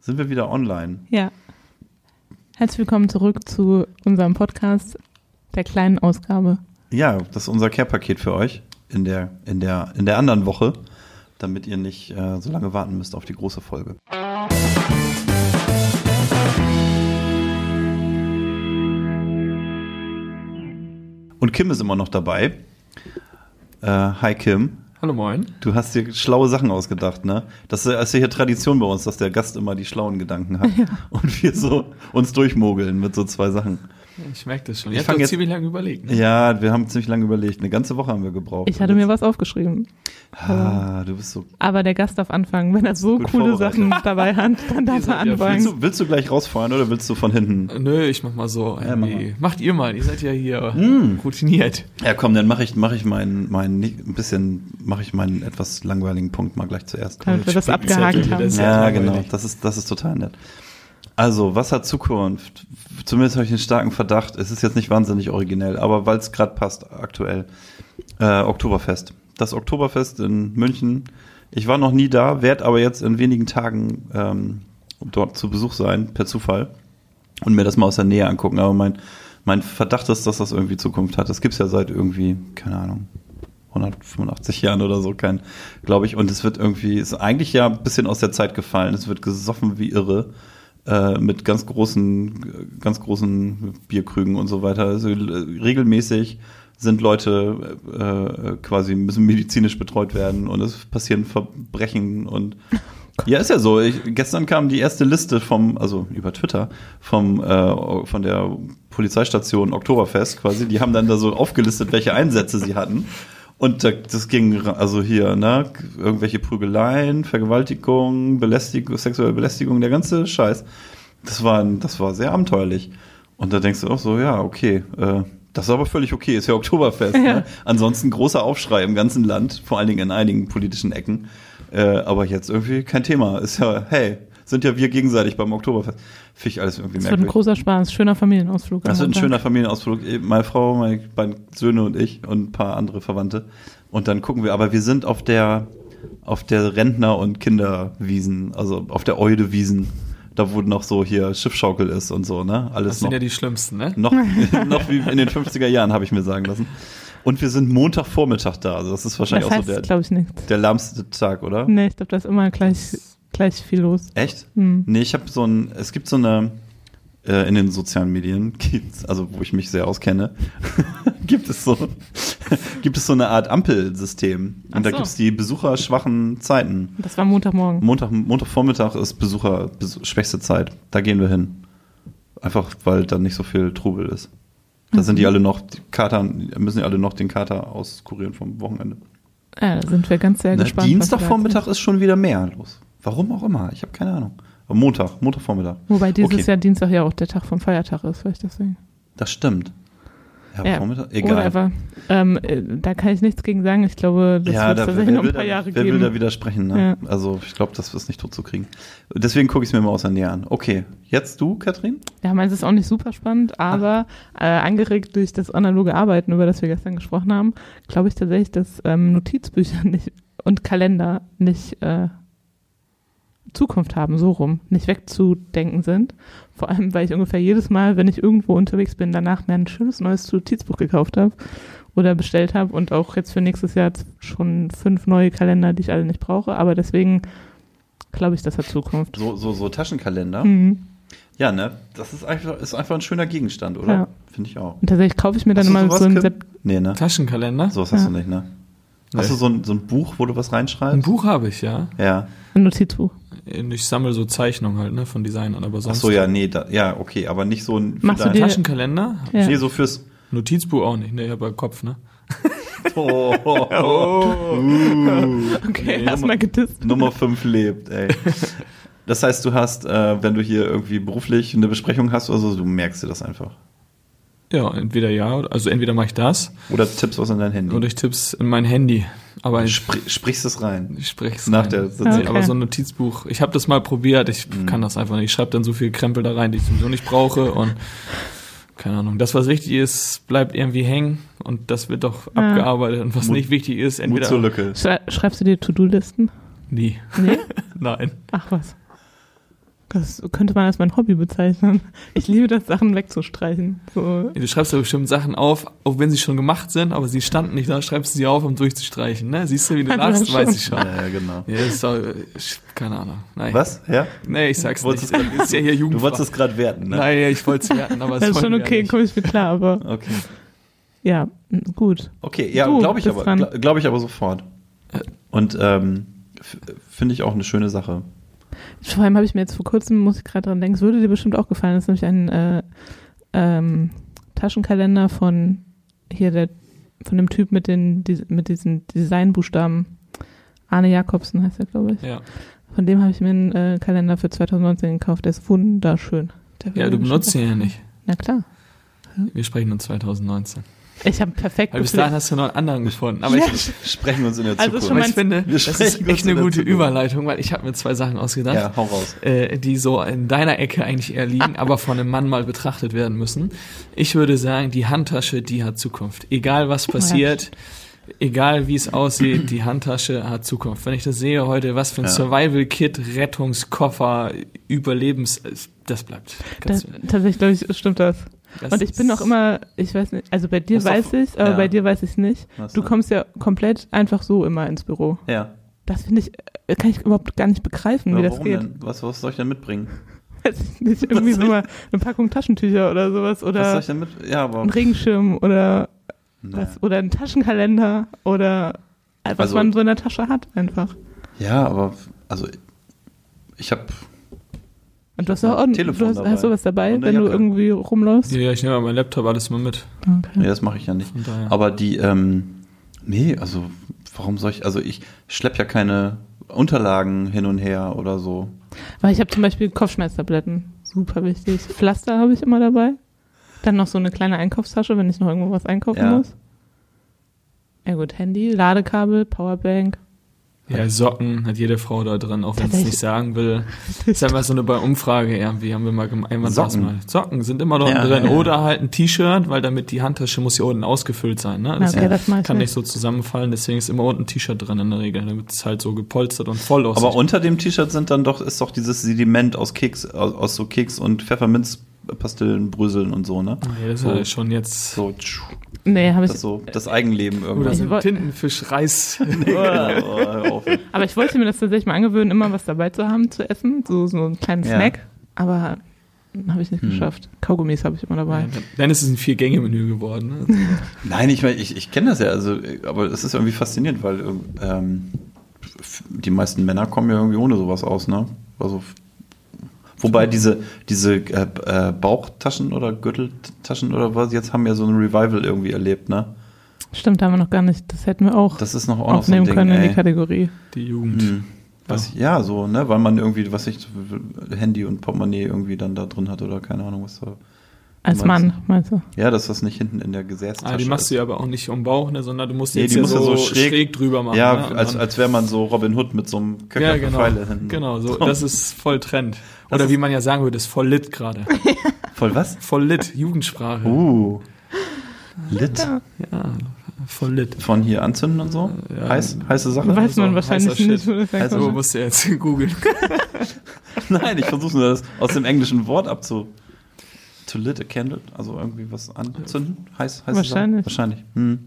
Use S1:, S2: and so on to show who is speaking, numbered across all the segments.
S1: Sind wir wieder online?
S2: Ja. Herzlich willkommen zurück zu unserem Podcast der kleinen Ausgabe.
S1: Ja, das ist unser Care-Paket für euch in der, in, der, in der anderen Woche, damit ihr nicht äh, so lange warten müsst auf die große Folge. Und Kim ist immer noch dabei. Äh, hi Kim.
S3: Hallo moin.
S1: Du hast dir schlaue Sachen ausgedacht, ne? Das ist ja hier Tradition bei uns, dass der Gast immer die schlauen Gedanken hat. Und wir so uns durchmogeln mit so zwei Sachen.
S3: Ich merke das schon.
S1: Ich
S3: Ihr habt
S1: fang
S3: doch
S1: jetzt-
S3: ziemlich lange überlegt. Ne?
S1: Ja, wir haben ziemlich lange überlegt. Eine ganze Woche haben wir gebraucht.
S2: Ich hatte mir was aufgeschrieben.
S1: Ah, du bist so.
S2: Aber der Gast darf anfangen. Wenn er so
S1: Gut
S2: coole
S1: vorbereitet.
S2: Sachen dabei hat, dann darf
S3: seid
S2: er
S3: ja viel
S1: Willst
S2: anfangen.
S1: du, willst du gleich rausfahren oder willst du von hinten?
S3: Nö, ich mach mal so.
S1: Ja, mach mal. Mm.
S3: irgendwie. Macht ihr mal, ihr seid ja hier routiniert.
S1: Ja, komm, dann mache ich, mach ich meinen, meinen, nicht- ein bisschen, mache ich meinen etwas langweiligen Punkt mal gleich zuerst.
S2: Damit wir das
S3: Spickzettel,
S2: abgehakt haben.
S3: das- ist
S1: Ja,
S3: ja
S1: genau.
S3: langweilig.
S1: Das ist, das ist total nett. Also, was hat Zukunft? Zumindest habe ich einen starken Verdacht. Es ist jetzt nicht wahnsinnig originell, aber weil es gerade passt aktuell. Äh, Oktoberfest. Das Oktoberfest in München. Ich war noch nie da, werde aber jetzt in wenigen Tagen ähm, dort zu Besuch sein, per Zufall. Und mir das mal aus der Nähe angucken. Aber mein, mein Verdacht ist, dass das irgendwie Zukunft hat. Das gibt's ja seit irgendwie, keine Ahnung, 185 Jahren oder so, kein, glaube ich. Und es wird irgendwie, ist eigentlich ja ein bisschen aus der Zeit gefallen. Es wird gesoffen wie irre. Äh, mit ganz großen, ganz großen Bierkrügen und so weiter. Also, äh, regelmäßig sind Leute äh, äh, quasi müssen medizinisch betreut werden und es passieren Verbrechen und ja, ist ja so. Ich, gestern kam die erste Liste vom, also über Twitter, vom, äh, von der Polizeistation Oktoberfest quasi. Die haben dann da so aufgelistet, welche Einsätze sie hatten. Und da, das ging, ra- also hier, ne, irgendwelche Prügeleien, Vergewaltigung, Belästigung, sexuelle Belästigung, der ganze Scheiß. Das war, das war sehr abenteuerlich. Und da denkst du auch so, ja, okay, äh, das ist aber völlig okay, ist ja Oktoberfest. Ne? Ansonsten großer Aufschrei im ganzen Land, vor allen Dingen in einigen politischen Ecken. Äh, aber jetzt irgendwie kein Thema. Ist ja, hey, sind ja wir gegenseitig beim Oktoberfest. Finde ich alles irgendwie
S2: Das wird ein
S1: merkwürdig.
S2: großer Spaß. Schöner Familienausflug. am
S1: Das wird ein
S2: Sonntag.
S1: schöner Familienausflug. Äh, Meine Frau, meine beiden Söhne und ich und ein paar andere Verwandte. Und dann gucken wir, aber wir sind auf der, auf der Rentner- und Kinderwiesen, also auf der Eudewiesen. Da wo noch so hier Schiffschaukel ist und so, ne? Alles
S3: Das
S1: noch.
S3: sind ja die schlimmsten, ne?
S1: Noch, noch wie in den 50er Jahren, habe ich mir sagen lassen. Und wir sind Montagvormittag da. Also das ist wahrscheinlich
S2: Das
S1: auch so der,
S2: heißt, glaube ich, Hm. nichts.
S1: der lahmste Tag, oder?
S2: Nee, ich glaube, da ist immer gleich, gleich viel los.
S1: Echt?
S2: Hm.
S1: Nee, ich habe so ein, es gibt so eine, äh, in den sozialen Medien, gibt's, also wo ich mich sehr auskenne, gibt es so, gibt es so eine Art Ampelsystem. Und
S2: Ach
S1: da
S2: so.
S1: gibt's die besucherschwachen Zeiten.
S2: Das war Montagmorgen.
S1: Montag, Montagvormittag ist Besucher, bes schwächste Zeit. Da gehen wir hin. Einfach, weil da nicht so viel Trubel ist. Da sind die
S2: Mhm.
S1: alle noch, die Kater, müssen die alle noch den Kater auskurieren vom Wochenende.
S2: Ja, da sind wir ganz sehr
S1: Na,
S2: gespannt. was
S1: Dienstagvormittag ist schon wieder mehr los. Warum auch immer, ich habe keine Ahnung. Aber Montag, Montagvormittag.
S2: da ist. Wobei dieses
S1: Okay.
S2: Jahr Dienstag ja auch der Tag vom Feiertag ist, vielleicht deswegen.
S1: Das stimmt. Ja,
S2: Ja,
S1: Vormittag, egal.
S2: Whatever. Ähm, äh, da kann ich nichts gegen sagen. Ich glaube, das
S1: Ja,
S2: wird es
S1: da,
S2: tatsächlich
S1: wer,
S2: noch
S1: will
S2: ein paar
S1: da,
S2: Jahre
S1: wer will
S2: geben.
S1: da widersprechen? Ne? Also ich glaube, das ist nicht tot zu kriegen. Deswegen gucke ich es mir mal aus der Nähe an. Okay, jetzt du, Katrin?
S2: ja, meins ist auch nicht super spannend,
S1: Ah.
S2: aber äh, angeregt durch das analoge Arbeiten, über das wir gestern gesprochen haben, glaube ich tatsächlich, dass ähm, Notizbücher nicht und Kalender nicht äh, Zukunft haben, so rum, nicht wegzudenken sind. Vor allem, weil ich ungefähr jedes Mal, wenn ich irgendwo unterwegs bin, danach mir ein schönes neues Notizbuch gekauft habe oder bestellt habe und auch jetzt für nächstes Jahr schon fünf neue Kalender, die ich alle nicht brauche. Aber deswegen glaube ich, das hat Zukunft.
S1: So, so, so Taschenkalender.
S2: Mhm.
S1: Ja, ne? Das ist einfach, ist einfach ein schöner Gegenstand, oder?
S2: Ja.
S1: Finde ich auch.
S2: Und tatsächlich kaufe ich mir dann
S1: Hast du
S2: immer
S1: sowas,
S2: so ein
S1: Kim?
S2: Sep
S1: Nee, ne?
S3: Taschenkalender?
S1: Sowas hast
S2: Ja.
S1: du nicht, ne?
S3: Nee.
S1: Hast du so ein, so ein Buch, wo du was reinschreibst?
S3: Ein Buch habe ich, ja.
S1: Ja.
S2: ein Notizbuch.
S3: Ich sammle so Zeichnungen halt, ne, von Designern, aber
S1: Ach
S3: sonst.
S1: so, ja, nee, da, ja, okay, aber nicht so ein. für
S2: Machst du
S1: dein-
S2: dir-
S3: Taschenkalender?
S2: Ja.
S1: Nee, so fürs.
S3: Notizbuch auch nicht, ne, aber Kopf, ne?
S1: Oh,
S3: Oh.
S2: Okay,
S1: Nee,
S2: hast mal gedisst.
S1: Nummer 5 lebt, ey. Das heißt, du hast, äh, wenn du hier irgendwie beruflich eine Besprechung hast oder so, du merkst dir das einfach.
S3: Ja, entweder ja, oder- also entweder mache ich das
S1: Oder tippst was in dein Handy.
S3: oder ich tipp's in mein Handy. Aber ich,
S1: Spr sprichst es rein.
S3: ich spreche es
S1: Nach der Sitzung.
S2: Okay.
S3: Aber so ein Notizbuch, ich habe das mal probiert, ich
S1: Hm.
S3: kann das einfach nicht. Ich schreibe dann so viel Krempel da rein, die ich sowieso nicht brauche und keine Ahnung. Das, was wichtig ist, bleibt irgendwie hängen und das wird doch
S2: Ja.
S3: abgearbeitet und was
S1: Mut-
S3: nicht wichtig ist,
S1: Mut zur
S3: entweder
S1: Lücke.
S2: Schrei- Schreibst du dir To-Do-Listen?
S3: nie.
S2: Nee?
S3: Nein.
S2: Ach was. Das könnte man als mein Hobby bezeichnen. Ich liebe das, Sachen wegzustreichen. So.
S3: Du schreibst ja bestimmt Sachen auf, auch wenn sie schon gemacht sind, aber sie standen nicht da, schreibst du sie auf, um durchzustreichen. Ne? Siehst du, wie du
S2: Hat man
S3: lachst,
S2: schon.
S3: weiß ich schon.
S1: Ja, genau.
S3: Ja, ist doch, ich- keine Ahnung. Nein.
S1: Was? Ja?
S3: Nee, ich sag's
S1: Wolltest
S3: nicht. Ist ja hier
S1: Du
S3: Jugendfrei.
S1: wolltest es gerade werten, ne?
S3: Nein, ja, ich wollte es werten, aber es
S2: Das ist schon
S3: wollen wir
S2: okay,
S3: nicht.
S2: komme ich mit klar, aber
S1: Okay.
S2: ja, m, gut.
S1: Okay, ja,
S2: Du
S1: glaube ich,
S2: bist
S1: aber-
S2: dran. Äh.
S1: gla- glaub ich aber sofort. Und ähm, f- finde ich auch eine schöne Sache.
S2: Vor allem habe ich mir jetzt vor kurzem, muss ich gerade dran denken, es würde dir bestimmt auch gefallen, das ist nämlich ein äh, ähm, Taschenkalender von hier der, von dem Typ mit den, die, mit diesen Designbuchstaben. Arne Jakobsen heißt er, glaube ich.
S3: Ja.
S2: Von dem habe ich mir einen äh, Kalender für 2019 gekauft, der ist wunderschön. Der
S3: ja,
S2: würde
S3: du
S2: dir
S3: benutzt
S2: bestimmt
S3: ihn ja nicht.
S2: auch- Na klar.
S3: Wir sprechen uns 2019.
S2: Ich habe perfekt
S3: Weil bis
S2: gepflegt.
S3: dahin hast du noch einen anderen gefunden. Aber
S2: Ja.
S3: ich,
S1: Sprechen wir uns in der
S2: Also ist
S1: Zukunft.
S2: schon
S3: aber
S2: meinst-
S3: ich finde,
S1: Wir
S3: das ist
S1: sprechen uns
S3: echt eine
S1: in der
S3: gute
S1: Zukunft.
S3: Überleitung, weil ich habe mir zwei Sachen ausgedacht.
S2: ne?
S1: ja, hau raus.
S3: äh, die so in deiner Ecke eigentlich eher liegen, aber von einem Mann mal betrachtet werden müssen. Ich würde sagen, die Handtasche, die hat Zukunft. Egal was passiert, egal wie es aussieht, die Handtasche hat Zukunft. Wenn ich das sehe heute, was für ein
S1: Ja.
S3: Survival-Kit, Rettungskoffer, Überlebens... Das bleibt.
S2: Das,
S3: Ganz-
S2: tatsächlich, glaube ich, stimmt das.
S3: das
S2: Und ich bin auch
S3: ist-
S2: immer, ich weiß nicht, also bei dir
S3: Das ist
S2: weiß ich, aber
S1: ja.
S2: bei dir weiß ich nicht.
S1: Was
S2: Du
S1: denn?
S2: kommst ja komplett einfach so immer ins Büro.
S1: Ja.
S2: Das finde ich, äh, kann ich überhaupt gar nicht begreifen,
S1: Aber
S2: wie das
S1: warum
S2: geht.
S1: denn? Was, was soll ich denn mitbringen?
S2: Weiß ich nicht, irgendwie
S1: Was
S2: so
S1: soll
S2: mal eine Packung Taschentücher oder sowas
S1: was soll
S2: oder
S1: ich denn mit? Ja, aber.
S2: ein Regenschirm oder
S1: Naja.
S2: was oder ein Taschenkalender oder äh, was
S1: Also-
S2: man so in der Tasche hat einfach.
S1: Ja, aber. Also, ich habe.
S2: Und du hast
S1: hab
S2: auch
S1: ein
S2: ein,
S1: Telefon
S2: du hast,
S1: dabei.
S2: hast sowas dabei,
S1: Und eine
S2: wenn du
S1: Jacke.
S2: irgendwie rumläufst.
S3: Ja, ich nehme mal meinen Laptop alles mal mit.
S1: Nee,
S2: Okay.
S1: das mache ich ja nicht.
S3: Von daher.
S1: Aber die. Ähm, nee, also, warum soll ich. Also, ich schlepp ja keine Unterlagen hin und her oder so.
S2: Weil ich habe zum Beispiel Kopfschmerztabletten, super wichtig. Pflaster habe ich immer dabei. Dann noch so eine kleine Einkaufstasche, wenn ich noch irgendwo was einkaufen
S1: Ja.
S2: muss. Ja gut, Handy, Ladekabel, Powerbank.
S3: ja, Socken hat jede Frau da drin, auch wenn sie
S2: Tatsächlich.
S3: es nicht sagen will. Ist einfach so eine bei Umfrage irgendwie, haben wir mal gemeinsam
S1: Socken.
S3: mal. Socken sind immer noch
S1: Ja,
S3: drin.
S1: ja.
S3: Oder halt ein T-Shirt, weil damit die Handtasche muss hier unten ausgefüllt sein. Ne?
S2: Na,
S3: Das
S2: okay, das mach ich
S3: kann nicht
S2: nicht.
S3: so zusammenfallen, deswegen ist immer unten ein T-Shirt drin in der Regel, damit es halt so gepolstert und voll aussieht.
S1: Aber unter dem T-Shirt sind dann doch, ist doch dieses Sediment aus Keks, aus, aus so Keks und Pfefferminzpastillen, Bröseln und so, ne?
S3: ja, das ist ja schon jetzt.
S1: So, tschu,
S2: Nee, habe ich.
S1: das so, das Eigenleben
S3: Oder
S1: irgendwas.
S3: so
S2: Ich
S3: ein
S2: woll-
S3: Tintenfisch, Reis.
S1: Genau.
S2: Aber ich wollte mir das tatsächlich mal angewöhnen, immer was dabei zu haben zu essen, so, so einen kleinen
S1: Ja.
S2: Snack. Aber habe ich nicht
S1: Hm.
S2: geschafft. Kaugummis habe ich immer dabei.
S3: Dann ist es ein Vier-Gänge-Menü geworden. Ne?
S1: Mhm. Nein, ich meine, ich, ich kenne das ja, also, äh, aber es ist irgendwie faszinierend, weil ähm, f- die meisten Männer kommen ja irgendwie ohne sowas aus, ne? Also, f- wobei diese, diese äh, äh, Bauchtaschen oder Gürteltaschen oder was jetzt haben ja so ein Revival irgendwie erlebt, ne?
S2: Stimmt, da haben wir noch gar nicht. Das hätten wir auch
S1: Das ist noch auch noch so ein
S2: aufnehmen
S1: Ding,
S2: können in
S1: ey.
S2: die Kategorie.
S3: Die Jugend.
S1: Hm. Was, ja. so, ne? Weil man irgendwie, was ich, Handy und Portemonnaie irgendwie dann da drin hat oder keine Ahnung, was da.
S2: Als
S1: meinst-
S2: Mann, meinst du?
S1: Ja, dass das nicht hinten in der Gesäßtasche
S3: Ah, die machst du
S1: ist.
S3: ja aber auch nicht um Bauch, ne, sondern du musst die
S1: Nee,
S3: jetzt
S1: die
S3: ja
S1: musst du
S3: so,
S1: so schräg-
S3: schräg, drüber machen.
S1: Ja,
S3: ne? Und
S1: als,
S3: dann-
S1: als wäre man so Robin Hood mit so einem Köcher
S3: ja,
S1: für
S3: genau.
S1: Pfeile hinten.
S3: Genau, so, das ist voll Trend.
S1: Das
S3: Oder
S1: ist-
S3: wie man ja sagen würde, ist voll lit gerade.
S1: Voll was?
S3: Voll lit, Jugendsprache.
S1: Uh. Lit.
S3: Ja, voll lit.
S1: Von hier anzünden und so?
S3: Ja.
S1: Heiß, heiße Sache?
S2: Weiß
S3: so
S2: man
S3: ein
S2: wahrscheinlich
S3: heißer
S2: nicht,
S3: Shit.
S2: wo das herkommt.
S3: So
S1: Also-
S3: musst du jetzt googeln.
S1: Nein, ich versuche nur das aus dem englischen Wort abzu. To lit a candle, also irgendwie was anzünden? Heiß, heiße Sache?
S2: Wahrscheinlich.
S1: Wahrscheinlich. Hm.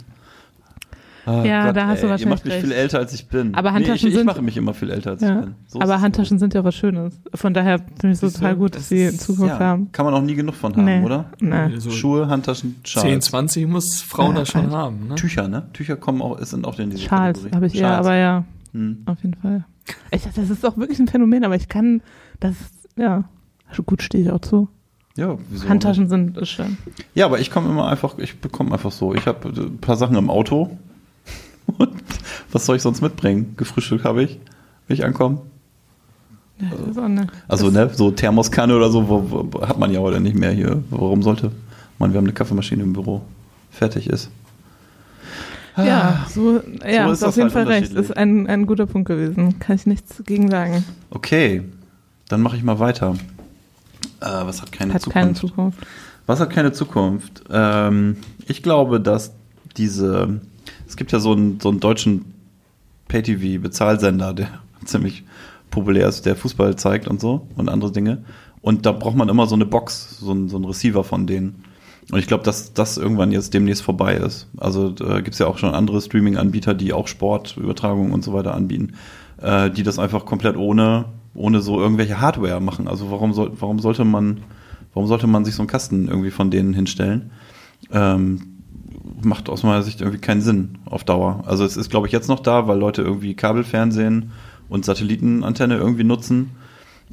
S1: Ah,
S2: Ja, da hast du
S1: Ihr macht
S2: wahrscheinlich
S1: mich
S2: recht.
S1: viel älter, als ich bin.
S2: Aber Handtaschen
S1: ich, ich
S2: sind-
S1: mache mich immer viel älter, als ich
S2: Ja.
S1: bin. So ist
S2: Aber
S1: es.
S2: Handtaschen sind ja was Schönes. Von daher finde ich es
S3: Siehst
S2: total
S3: du,
S2: gut,
S3: das
S2: dass sie in
S3: ist-
S2: Zukunft haben.
S1: Kann man auch nie genug von haben,
S2: Nee.
S1: oder?
S2: Nee.
S3: So
S1: Schuhe, Handtaschen, Schals.
S3: 10, 20 muss Frauen da schon
S2: Ja.
S3: haben. Ne?
S1: Tücher, ne? Tücher kommen auch, sind auch in diese
S2: Schals
S1: Kategorie.
S2: habe ich eher,
S1: Schals.
S2: aber ja,
S1: Hm.
S2: auf jeden Fall. Ich, das ist auch wirklich ein Phänomen, aber ich kann das, ja, also gut stehe ich auch zu.
S1: Ja, wieso
S2: Handtaschen sind schön.
S1: nicht? Ja, aber ich komme immer einfach, ich bekomme einfach so. Ich habe ein paar Sachen im Auto. Und was soll ich sonst mitbringen? Gefrühstückt habe ich, wenn ich ankomme.
S2: Ja, das ist auch eine,
S1: Also, ne, so Thermoskanne oder so wo, wo, hat man ja heute nicht mehr hier. Warum sollte man? Wir haben eine Kaffeemaschine im Büro. Fertig ist.
S2: ja, so, ja,
S1: Ah. ist
S2: ist auf
S1: das
S2: jeden
S1: halt
S2: Fall recht.
S1: unterschiedlich.
S2: Ist ein, ein guter Punkt gewesen. Kann ich nichts gegen sagen.
S1: Okay, dann mache ich mal weiter. Äh, was hat keine
S2: Hat
S1: Zukunft?
S2: keine Zukunft.
S1: Was hat keine Zukunft? Ähm, ich glaube, dass diese. Es gibt ja so einen, so einen deutschen Pay-TV-Bezahlsender, der ziemlich populär ist, der Fußball zeigt und so und andere Dinge. Und da braucht man immer so eine Box, so ein, so ein Receiver von denen. Und ich glaube, dass das irgendwann jetzt demnächst vorbei ist. Also äh, gibt es ja auch schon andere Streaming-Anbieter, die auch Sportübertragungen und so weiter anbieten, äh, die das einfach komplett ohne, ohne so irgendwelche Hardware machen. Also warum, soll, warum, sollte man, warum sollte man sich so einen Kasten irgendwie von denen hinstellen? Ähm, macht aus meiner Sicht irgendwie keinen Sinn auf Dauer. Also es ist, glaube ich, jetzt noch da, weil Leute irgendwie Kabelfernsehen und Satellitenantenne irgendwie nutzen.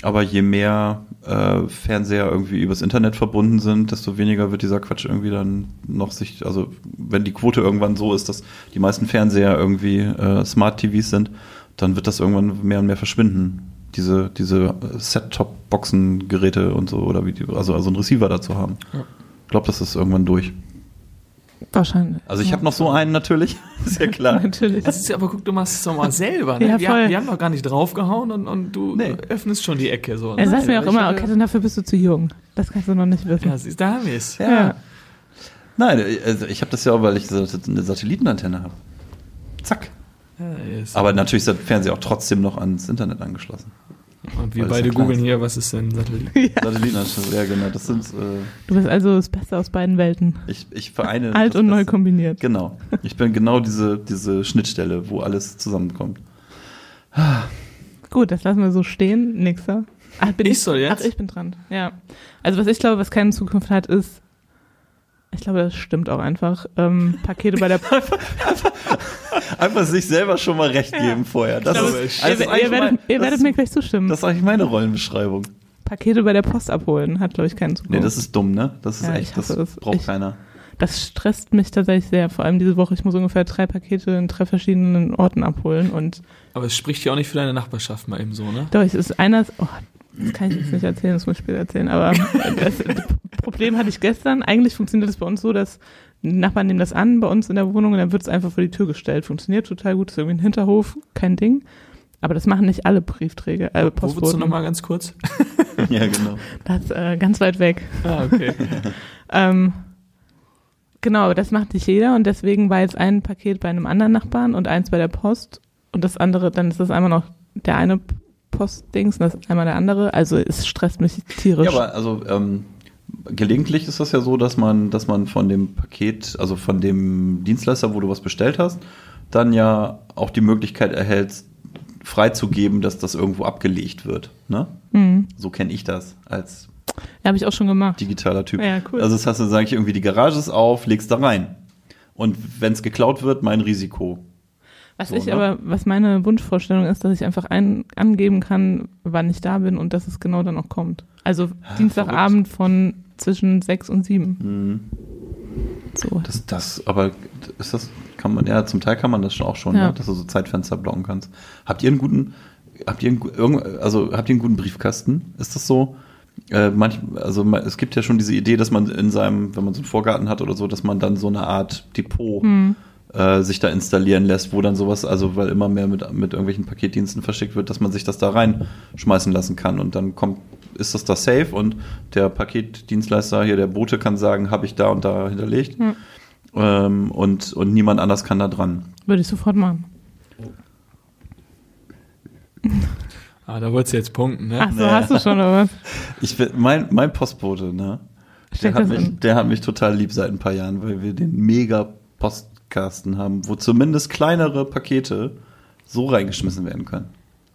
S1: Aber je mehr äh, Fernseher irgendwie übers Internet verbunden sind, desto weniger wird dieser Quatsch irgendwie dann noch sich, also wenn die Quote irgendwann so ist, dass die meisten Fernseher irgendwie äh, Smart TVs sind, dann wird das irgendwann mehr und mehr verschwinden. Diese, diese äh, Set-Top-Boxen-Geräte und so, oder wie die, also, also einen Receiver dazu haben. Ja. Ich glaube, das ist irgendwann durch.
S2: Wahrscheinlich.
S1: Also ich Also ja. habe noch so einen natürlich, ist ja klar.
S2: natürlich.
S3: Das ist ja, aber guck, du machst es doch mal selber. Ne?
S2: Ja,
S3: wir,
S2: voll.
S3: wir haben doch gar nicht draufgehauen und, und du
S1: Nee.
S3: öffnest schon die Ecke. So,
S2: Er
S3: ne?
S2: sagt mir auch
S3: Ich
S2: immer,
S3: hatte-
S2: okay, dann dafür bist du zu jung. Das kannst du noch nicht wissen.
S3: Ja, siehst, da haben wir es.
S1: Ja. Nein, also ich habe das ja auch, weil ich eine Satellitenantenne habe. Zack.
S3: Ja, ist-
S1: Aber natürlich ist der Fernseher auch trotzdem noch ans Internet angeschlossen.
S3: und wir
S1: Weil es
S3: beide
S1: ja klein
S3: googeln
S1: ist.
S3: hier, was ist denn Satellit?
S1: Satellitenanschluss, ja genau. Das sind, äh,
S2: Du bist also das Beste aus beiden Welten.
S1: ich, ich vereine.
S2: Alt
S1: das
S2: und neu
S1: Beste.
S2: kombiniert.
S1: Genau. Ich bin genau diese, diese Schnittstelle, wo alles zusammenkommt.
S2: Gut, das lassen wir so stehen. Nächster. Ach, bin
S3: Ich soll jetzt?
S2: Ach, ich bin dran. Ja. Also was ich glaube, was keine Zukunft hat, ist, ich glaube, das stimmt auch einfach. Ähm, Pakete bei der
S1: Einfach sich selber schon mal recht geben vorher. Das
S3: glaube,
S1: ist,
S3: es-
S1: also
S2: ihr, ihr
S1: eigentlich
S2: werdet,
S1: mein-
S2: ihr
S1: das
S2: werdet
S1: ist-
S2: mir gleich zustimmen.
S1: Das ist eigentlich meine Rollenbeschreibung.
S2: Pakete bei der Post abholen hat, glaube ich, keinen Zukunft.
S1: Nee, das ist dumm, ne? Das ist
S2: Ja, ich
S1: echt, das
S2: hasse es.
S1: braucht
S2: Ich-
S1: keiner.
S2: Das stresst mich tatsächlich sehr. Vor allem diese Woche. Ich muss ungefähr drei Pakete in drei verschiedenen Orten abholen. Und
S3: Aber es spricht ja auch nicht für deine Nachbarschaft mal eben so, ne?
S2: doch, es ist einer. Oh, das kann ich jetzt nicht erzählen, das muss ich später erzählen. Aber das Problem hatte ich gestern. Eigentlich funktioniert das bei uns so, dass Nachbarn nehmen das an bei uns in der Wohnung und dann wird es einfach vor die Tür gestellt. Funktioniert total gut. Ist irgendwie ein Hinterhof, kein Ding. Aber das machen nicht alle Briefträger, äh,
S3: Wo willst du
S2: Postboten.
S3: nochmal ganz kurz?
S1: Ja, genau.
S2: Das ist äh, ganz weit weg.
S3: Ah, okay.
S2: Ähm, genau, aber das macht nicht jeder und deswegen war jetzt ein Paket bei einem anderen Nachbarn und eins bei der Post und das andere, dann ist das einmal noch der eine Postdings und das einmal der andere. Also es stresst mich tierisch.
S1: Ja, aber also ähm, gelegentlich ist das ja so, dass man, dass man von dem Paket, also von dem Dienstleister, wo du was bestellt hast, dann ja auch die Möglichkeit erhältst, freizugeben, dass das irgendwo abgelegt wird. Ne?
S2: hm.
S1: So kenne ich das als
S2: ja, habe ich auch schon gemacht.
S1: digitaler Typ.
S2: Ja, cool.
S1: Also das heißt, dann sage ich irgendwie, die Garage ist auf, legst da rein. Und wenn es geklaut wird, mein Risiko.
S2: Was
S1: so,
S2: ich
S1: ne?
S2: aber, was meine Wunschvorstellung ist, dass ich einfach ein, angeben kann, wann ich da bin und dass es genau dann auch kommt. Also
S1: Ah,
S2: Dienstagabend von zwischen sechs und sieben.
S1: Hm,
S2: So.
S1: Das, das, aber ist das, kann man, ja, zum Teil kann man das schon auch schon,
S2: Ja.
S1: ne? dass du so Zeitfenster blocken kannst. Habt ihr einen guten, habt ihr einen, gu- irgend- also habt ihr einen guten Briefkasten? Ist das so? Äh, manch, also ma- es gibt ja schon diese Idee, dass man in seinem, wenn man so einen Vorgarten hat oder so, dass man dann so eine Art Depot
S2: Hm.
S1: äh, sich da installieren lässt, wo dann sowas, also weil immer mehr mit, mit irgendwelchen Paketdiensten verschickt wird, dass man sich das da reinschmeißen lassen kann und dann kommt, ist das da safe und der Paketdienstleister hier, der Bote kann sagen, habe ich da und da hinterlegt
S2: Hm.
S1: ähm, und, und niemand anders kann da dran.
S2: Würde ich sofort machen.
S3: Ah, da wolltest du jetzt punkten, ne?
S2: Ach so,
S1: Ja.
S2: hast du schon, oder was?
S1: Ich, will- mein, mein Postbote, ne? Der
S2: Steck
S1: hat,
S2: das
S1: mich,
S2: in.
S1: der hat mich total lieb seit ein paar Jahren, weil wir den mega Postkasten haben, wo zumindest kleinere Pakete so reingeschmissen werden können.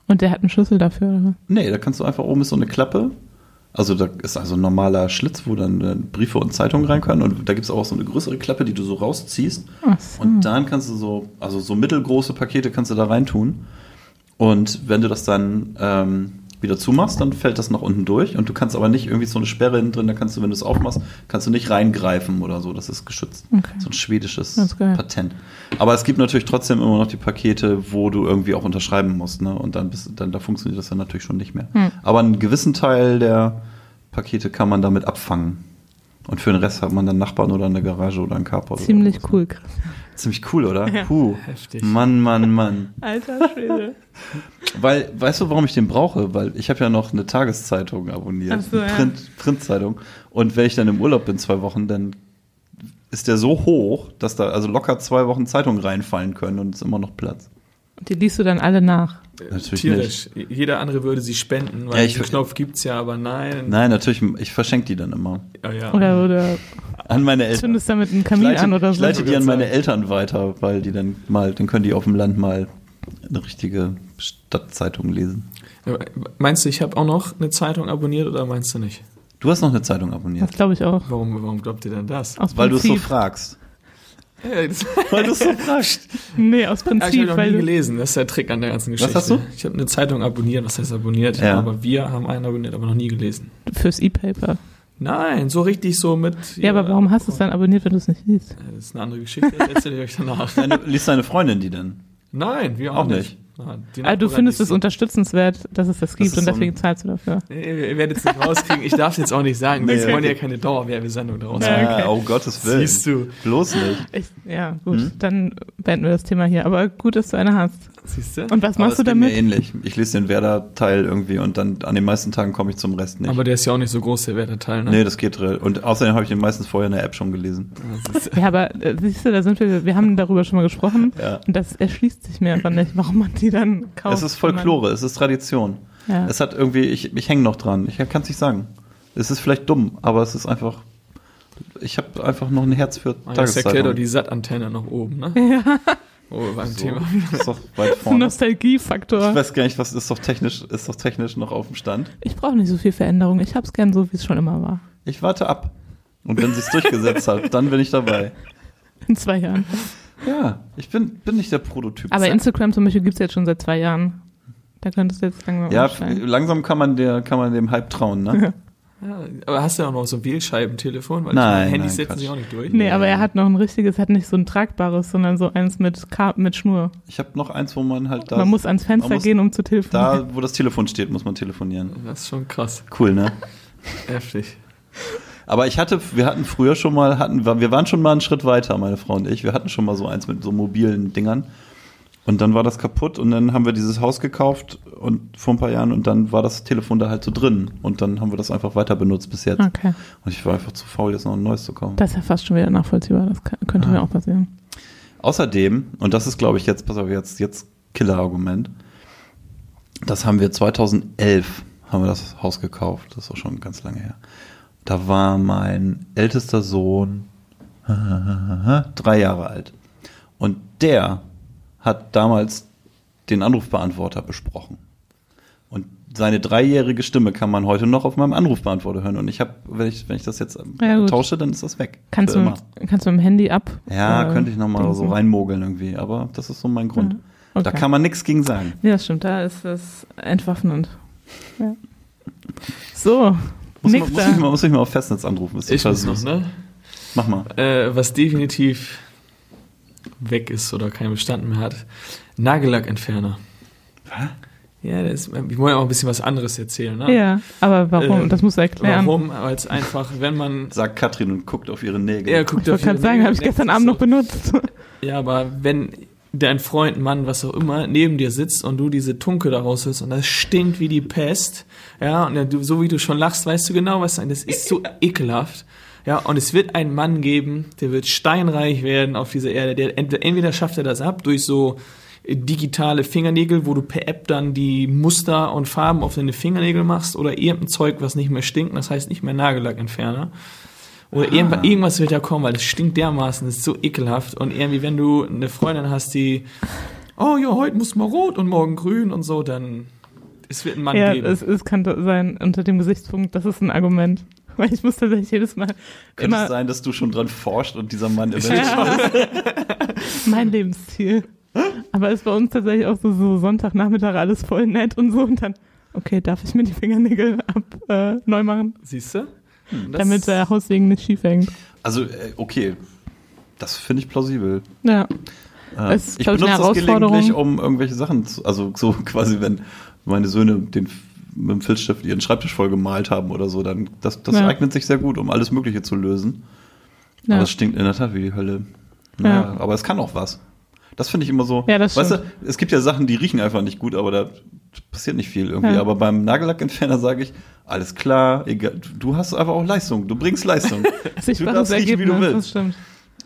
S2: Und der hat einen Schlüssel dafür, oder was?
S1: Nee, da kannst du einfach oben ist so eine Klappe. Also da ist also ein normaler Schlitz, wo dann äh, Briefe und Zeitungen rein können. Und da gibt es auch so eine größere Klappe, die du so rausziehst.
S2: Ach so.
S1: Und dann kannst du so, also so mittelgroße Pakete kannst du da reintun. Und wenn du das dann ähm, wieder zumachst, dann fällt das nach unten durch. Und du kannst aber nicht irgendwie so eine Sperre hinten drin, da kannst du, wenn du es aufmachst, kannst du nicht reingreifen oder so. Das ist geschützt.
S2: Okay.
S1: So ein schwedisches
S2: Das ist geil.
S1: Patent. Aber es gibt natürlich trotzdem immer noch die Pakete, wo du irgendwie auch unterschreiben musst. Ne? Und dann, bist, dann da funktioniert das dann natürlich schon nicht mehr.
S2: Hm.
S1: Aber einen gewissen Teil der Pakete kann man damit abfangen. Und für den Rest hat man dann Nachbarn oder eine Garage oder einen Carport. oder
S2: Ziemlich
S1: sowas.
S2: cool, Chris.
S1: Ziemlich cool, oder?
S2: Ja.
S1: Puh.
S3: Heftig.
S1: Mann, Mann, Mann.
S2: Alter Schwede.
S1: Weil, weißt du, warum ich den brauche? Weil ich habe ja noch eine Tageszeitung abonniert.
S2: Ach so,
S1: eine
S2: ja.
S1: Print, Printzeitung. Und wenn ich dann im Urlaub bin, zwei Wochen, dann ist der so hoch, dass da also locker zwei Wochen Zeitungen reinfallen können und es ist immer noch Platz.
S2: Und die liest du dann alle nach.
S1: Natürlich
S3: Äh, Tierisch. Jeder andere würde sie spenden, weil
S1: Ja, ich
S3: den
S1: ver-
S3: Knopf gibt's ja, aber nein.
S1: Nein, natürlich, ich verschenke die dann immer.
S3: Ja, ja.
S2: Oder, oder
S1: An meine Eltern.
S2: zündest damit einen Kamin an oder
S1: ich
S2: so.
S1: leite die an meine Eltern weiter, weil die dann mal, dann können die auf dem Land mal eine richtige Stadtzeitung lesen.
S3: Aber Meinst du, ich habe auch noch eine Zeitung abonniert oder meinst du nicht?
S1: Du hast noch eine Zeitung abonniert,
S2: Das glaube ich auch.
S3: Warum, warum glaubt ihr denn das?
S2: Aus
S1: weil du es so
S2: Prinzip.
S1: fragst.
S3: Äh, das-
S1: Weil du es so fragst.
S2: nee, aus
S3: Ah, Ich habe
S2: Prinzip.
S3: noch nie
S2: weil du,
S3: gelesen, das ist der Trick an der ganzen Geschichte.
S1: hast du?
S3: Ich habe eine Zeitung abonniert, was heißt abonniert?
S1: Ja.
S3: Aber wir haben einen abonniert, aber noch nie gelesen.
S2: fürs E-Paper.
S3: Nein, so richtig so mit.
S2: Ja, aber warum hast du es dann abonniert, wenn du es nicht liest?
S3: Äh, Das ist eine andere Geschichte, das erzähle ich euch danach.
S1: Deine, liest deine Freundin die dann?
S3: Nein, wir
S1: ne- Auch
S3: auch nicht. Nein, die
S2: Ah, du
S3: Nachbarin
S2: findest
S3: ist-
S2: es unterstützenswert, dass es das gibt
S1: ist
S2: und
S1: so ein-
S2: deswegen zahlst du dafür.
S3: Nee, Ihr ihr werdet es nicht rauskriegen. Ich darf es jetzt auch nicht sagen. Wir
S1: Nee.
S3: wollen ja keine Dauerwerbesendung daraus machen.
S2: Ja, okay.
S1: Ah, oh Gottes Willen.
S3: Siehst du.
S1: Bloß nicht.
S2: Ich, ja, gut,
S1: Hm?
S2: dann beenden wir das Thema hier. Aber gut, dass du eine hast.
S3: Siehst du?
S2: Und was
S1: Aber
S2: machst du
S1: es geht Mir
S2: damit?
S1: ähnlich. Ich lese den Werder-Teil irgendwie und dann an den meisten Tagen komme ich zum Rest nicht.
S3: Aber der ist ja auch nicht so groß, der Werteteil. Ne?
S1: nee, das geht. re- Und außerdem habe ich den meistens vorher in der App schon gelesen.
S3: Das ist-
S2: Ja, aber äh, siehst du, da sind wir, wir haben darüber schon mal gesprochen.
S1: Ja.
S2: Und das erschließt sich mir einfach nicht, warum man die dann kauft.
S1: Es ist Folklore, es ist Tradition.
S2: wenn Man, Oh, ja.
S1: Es hat irgendwie, ich, ich hänge noch dran. Ich kann es nicht sagen. Es ist vielleicht dumm, aber es ist einfach. Ich habe einfach noch ein Herz für
S3: Ah, Das erklärt doch
S1: Tageszeitung.
S3: die Sattantenne nach oben, ne?
S2: ja,
S3: Oh, beim
S1: ne? So,
S3: Thema.
S1: ist doch weit vorne. Ich
S2: Nostalgiefaktor.
S1: weiß gar nicht, was ist doch technisch, ist doch technisch noch auf dem Stand.
S2: Ich brauche nicht so viel Veränderung. Ich hab's gern so, wie es schon immer war.
S1: Ich warte ab. Und wenn sie es durchgesetzt hat, dann bin ich dabei.
S2: In zwei Jahren.
S1: Ja, ich bin, bin nicht der Prototyp.
S2: Aber Instagram zum Beispiel gibt's jetzt schon seit zwei Jahren. Da könntest du jetzt langsam
S1: ja, äh,
S2: umsteigen.
S1: langsam kann man, der, kann man dem Hype trauen, ne?
S3: Ja, aber hast du auch noch so ein Wählscheibentelefon? Weil
S1: Nein,
S3: ich meine, Handys
S1: nein,
S3: setzen
S1: Quatsch.
S3: sich auch nicht durch.
S2: Nee, aber er hat noch ein richtiges, hat nicht so ein tragbares, sondern so eins mit, Ka mit Schnur.
S1: Ich habe noch eins, wo man halt da,
S2: man muss ans Fenster
S1: man muss
S2: gehen, um zu telefonieren.
S1: da, wo das Telefon steht, muss man telefonieren.
S3: Das ist schon krass.
S1: Cool, ne?
S3: Heftig.
S1: Aber ich hatte, wir hatten früher schon mal, hatten, wir waren schon mal einen Schritt weiter, meine Frau und ich. Wir hatten schon mal so eins mit so mobilen Dingern. Und dann war das kaputt und dann haben wir dieses Haus gekauft und vor ein paar Jahren und dann war das Telefon da halt so drin. Und dann haben wir das einfach weiter benutzt bis jetzt.
S2: Okay.
S1: Und ich war einfach zu faul, jetzt noch ein neues zu kaufen.
S2: Das ist ja fast schon wieder nachvollziehbar. Das kann, könnte
S1: Ah.
S2: mir auch passieren.
S1: Außerdem, und das ist, glaube ich, jetzt, pass auf, jetzt, jetzt Killer-Argument. Das haben wir 2011, haben wir das Haus gekauft. Das ist auch schon ganz lange her. Da war mein ältester Sohn drei Jahre alt. Und der hat damals den Anrufbeantworter besprochen. Und seine dreijährige Stimme kann man heute noch auf meinem Anrufbeantworter hören. Und ich habe, wenn ich, wenn ich das jetzt
S2: Ja, gut.
S1: tausche, dann ist das weg.
S2: Kannst
S1: Für
S2: du, mit, kannst du mit dem Handy ab?
S1: ja,
S2: äh,
S1: könnte ich nochmal so
S2: dingsen?
S1: reinmogeln irgendwie, aber das ist so mein Grund.
S2: Ja, okay.
S1: Da kann man nichts gegen sagen.
S2: Ja, das stimmt, da ist das entwaffnend. Ja. So,
S1: Muss, man, muss, ich mal,
S2: nächster.
S1: muss ich mal auf Festnetz anrufen. Ist
S3: Ich
S1: total
S3: muss noch,
S1: süß.
S3: ne?
S1: Mach mal.
S3: Äh, was definitiv weg ist oder keinen Bestand mehr hat. Nagellackentferner. Ja, das ist, ich wollte ja auch ein bisschen was anderes erzählen. Ne?
S2: Ja, aber warum?
S3: Äh,
S2: das musst du erklären.
S3: Warum? Weil es einfach, wenn man...
S1: Sagt Katrin und guckt auf ihre Nägel.
S3: Ja, guckt
S2: Ich wollte gerade
S3: viele
S2: sagen,
S3: Medien,
S2: habe ich
S3: denkt
S2: gestern
S3: sich
S2: Abend
S3: so,
S2: noch benutzt.
S3: Ja, aber wenn dein Freund, Mann, was auch immer, neben dir sitzt und du diese Tunke da raushörst und das stinkt wie die Pest, ja, und dann du, so wie du schon lachst, weißt du genau, was sein, das ist so ekelhaft. Ja, und es wird einen Mann geben, der wird steinreich werden auf dieser Erde, der ent- entweder schafft er das ab durch so digitale Fingernägel, wo du per App dann die Muster und Farben auf deine Fingernägel machst oder irgendein Zeug, was nicht mehr stinkt, das heißt nicht mehr Nagellackentferner. Oder irgendwas, irgendwas wird ja kommen, weil es stinkt dermaßen, das ist so ekelhaft. Und irgendwie, wenn du eine Freundin hast, die, oh ja, heute muss mal rot und morgen grün und so, dann es wird ein Mann
S2: Ja,
S3: geben.
S2: es, es kann doch sein, unter dem Gesichtspunkt, das ist ein Argument. Weil ich muss tatsächlich jedes Mal
S1: Könnte
S2: immer
S1: es sein, dass du schon dran forscht und dieser Mann immer
S2: Ja. mein Lebensstil. Aber ist bei uns tatsächlich auch so, so Sonntagnachmittag alles voll nett und so. Und dann, okay, darf ich mir die Fingernägel ab äh, neu machen,
S3: Siehst du? Das-
S2: damit der Hauswegen nicht schief hängt.
S1: Also, äh, okay. Das finde ich plausibel.
S2: Ja,
S1: Äh,
S2: Es ist,
S1: ich
S2: glaub ich,
S1: benutze
S2: eine
S1: das gelegentlich,
S2: Herausforderung.
S1: um irgendwelche Sachen zu. Also, so quasi, wenn meine Söhne den, mit dem Filzstift ihren Schreibtisch voll gemalt haben oder so, dann. Das, das
S2: Ja.
S1: eignet sich sehr gut, um alles Mögliche zu lösen.
S2: ja.
S1: Aber es stinkt in der Tat wie die Hölle.
S2: Ja.
S1: Ja. Aber es kann auch was. Das finde ich immer so.
S2: Ja, das
S1: weißt du, es gibt ja Sachen, die riechen einfach nicht gut, aber da passiert nicht viel irgendwie.
S2: Ja.
S1: Aber beim Nagellackentferner sage ich, alles klar, egal, du hast einfach auch Leistung, du bringst Leistung.
S2: Also ich
S1: Du
S2: war das
S1: darfst riechen, wie
S2: Ergebnis,
S1: du willst.
S2: das stimmt.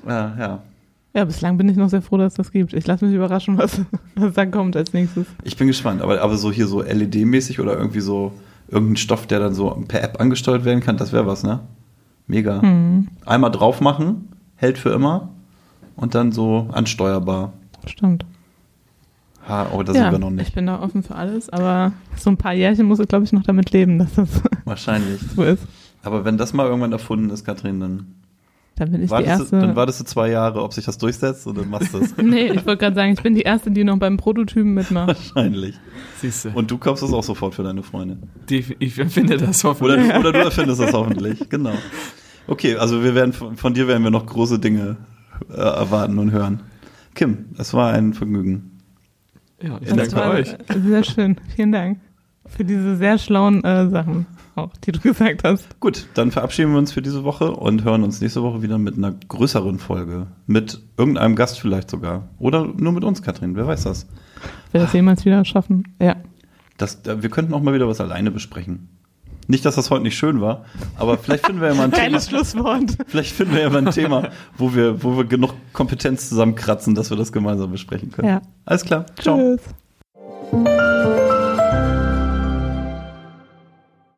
S1: ja, ja.
S2: Ja, bislang bin ich noch sehr froh, dass es das gibt. Ich lasse mich überraschen, was, was dann kommt als nächstes.
S1: Ich bin gespannt, aber, aber so hier so LED-mäßig oder irgendwie so irgendein Stoff, der dann so per App angesteuert werden kann, das wäre was, ne? Mega.
S2: Hm,
S1: Einmal drauf machen, hält für immer und dann so ansteuerbar.
S2: stimmt.
S1: Ha, oh, da
S2: ja,
S1: sind wir noch nicht.
S2: Ich bin da offen für alles, aber so ein paar Jährchen muss ich, glaube ich, noch damit leben, dass das
S1: Wahrscheinlich.
S2: so ist.
S1: Aber wenn das mal irgendwann erfunden ist, Katrin, dann
S2: Dann bin ich die
S1: wartest, du,
S2: erste.
S1: dann wartest du zwei Jahre, ob sich das durchsetzt und dann machst du es.
S2: nee, ich wollte gerade sagen, ich bin die erste, die noch beim Prototypen mitmacht.
S1: Wahrscheinlich.
S3: Siehst du.
S1: Und du kaufst es auch sofort für deine Freunde.
S3: Die- Ich empfinde das hoffentlich.
S1: Oder, oder du erfindest das hoffentlich, genau. Okay, also wir werden von, von dir werden wir noch große Dinge äh, erwarten und hören. Kim, es war ein Vergnügen.
S3: Ja, ich
S1: Das
S3: danke
S1: war-
S3: euch.
S2: Sehr schön. Vielen Dank für diese sehr schlauen äh, Sachen, auch die du gesagt hast.
S1: Gut, dann verabschieden wir uns für diese Woche und hören uns nächste Woche wieder mit einer größeren Folge. Mit irgendeinem Gast vielleicht sogar. Oder nur mit uns, Katrin, wer weiß das.
S2: Wer das jemals wieder schaffen. Ja.
S1: das äh, wir könnten auch mal wieder was alleine besprechen. Nicht, dass das heute nicht schön war, aber vielleicht finden wir ja mal ein Thema.
S2: Geiles Schlusswort.
S1: Vielleicht finden wir ja mal ein Thema, wo wir, wo wir genug Kompetenz zusammenkratzen, dass wir das gemeinsam besprechen können.
S2: Ja.
S1: Alles klar. Ciao.
S2: Tschüss.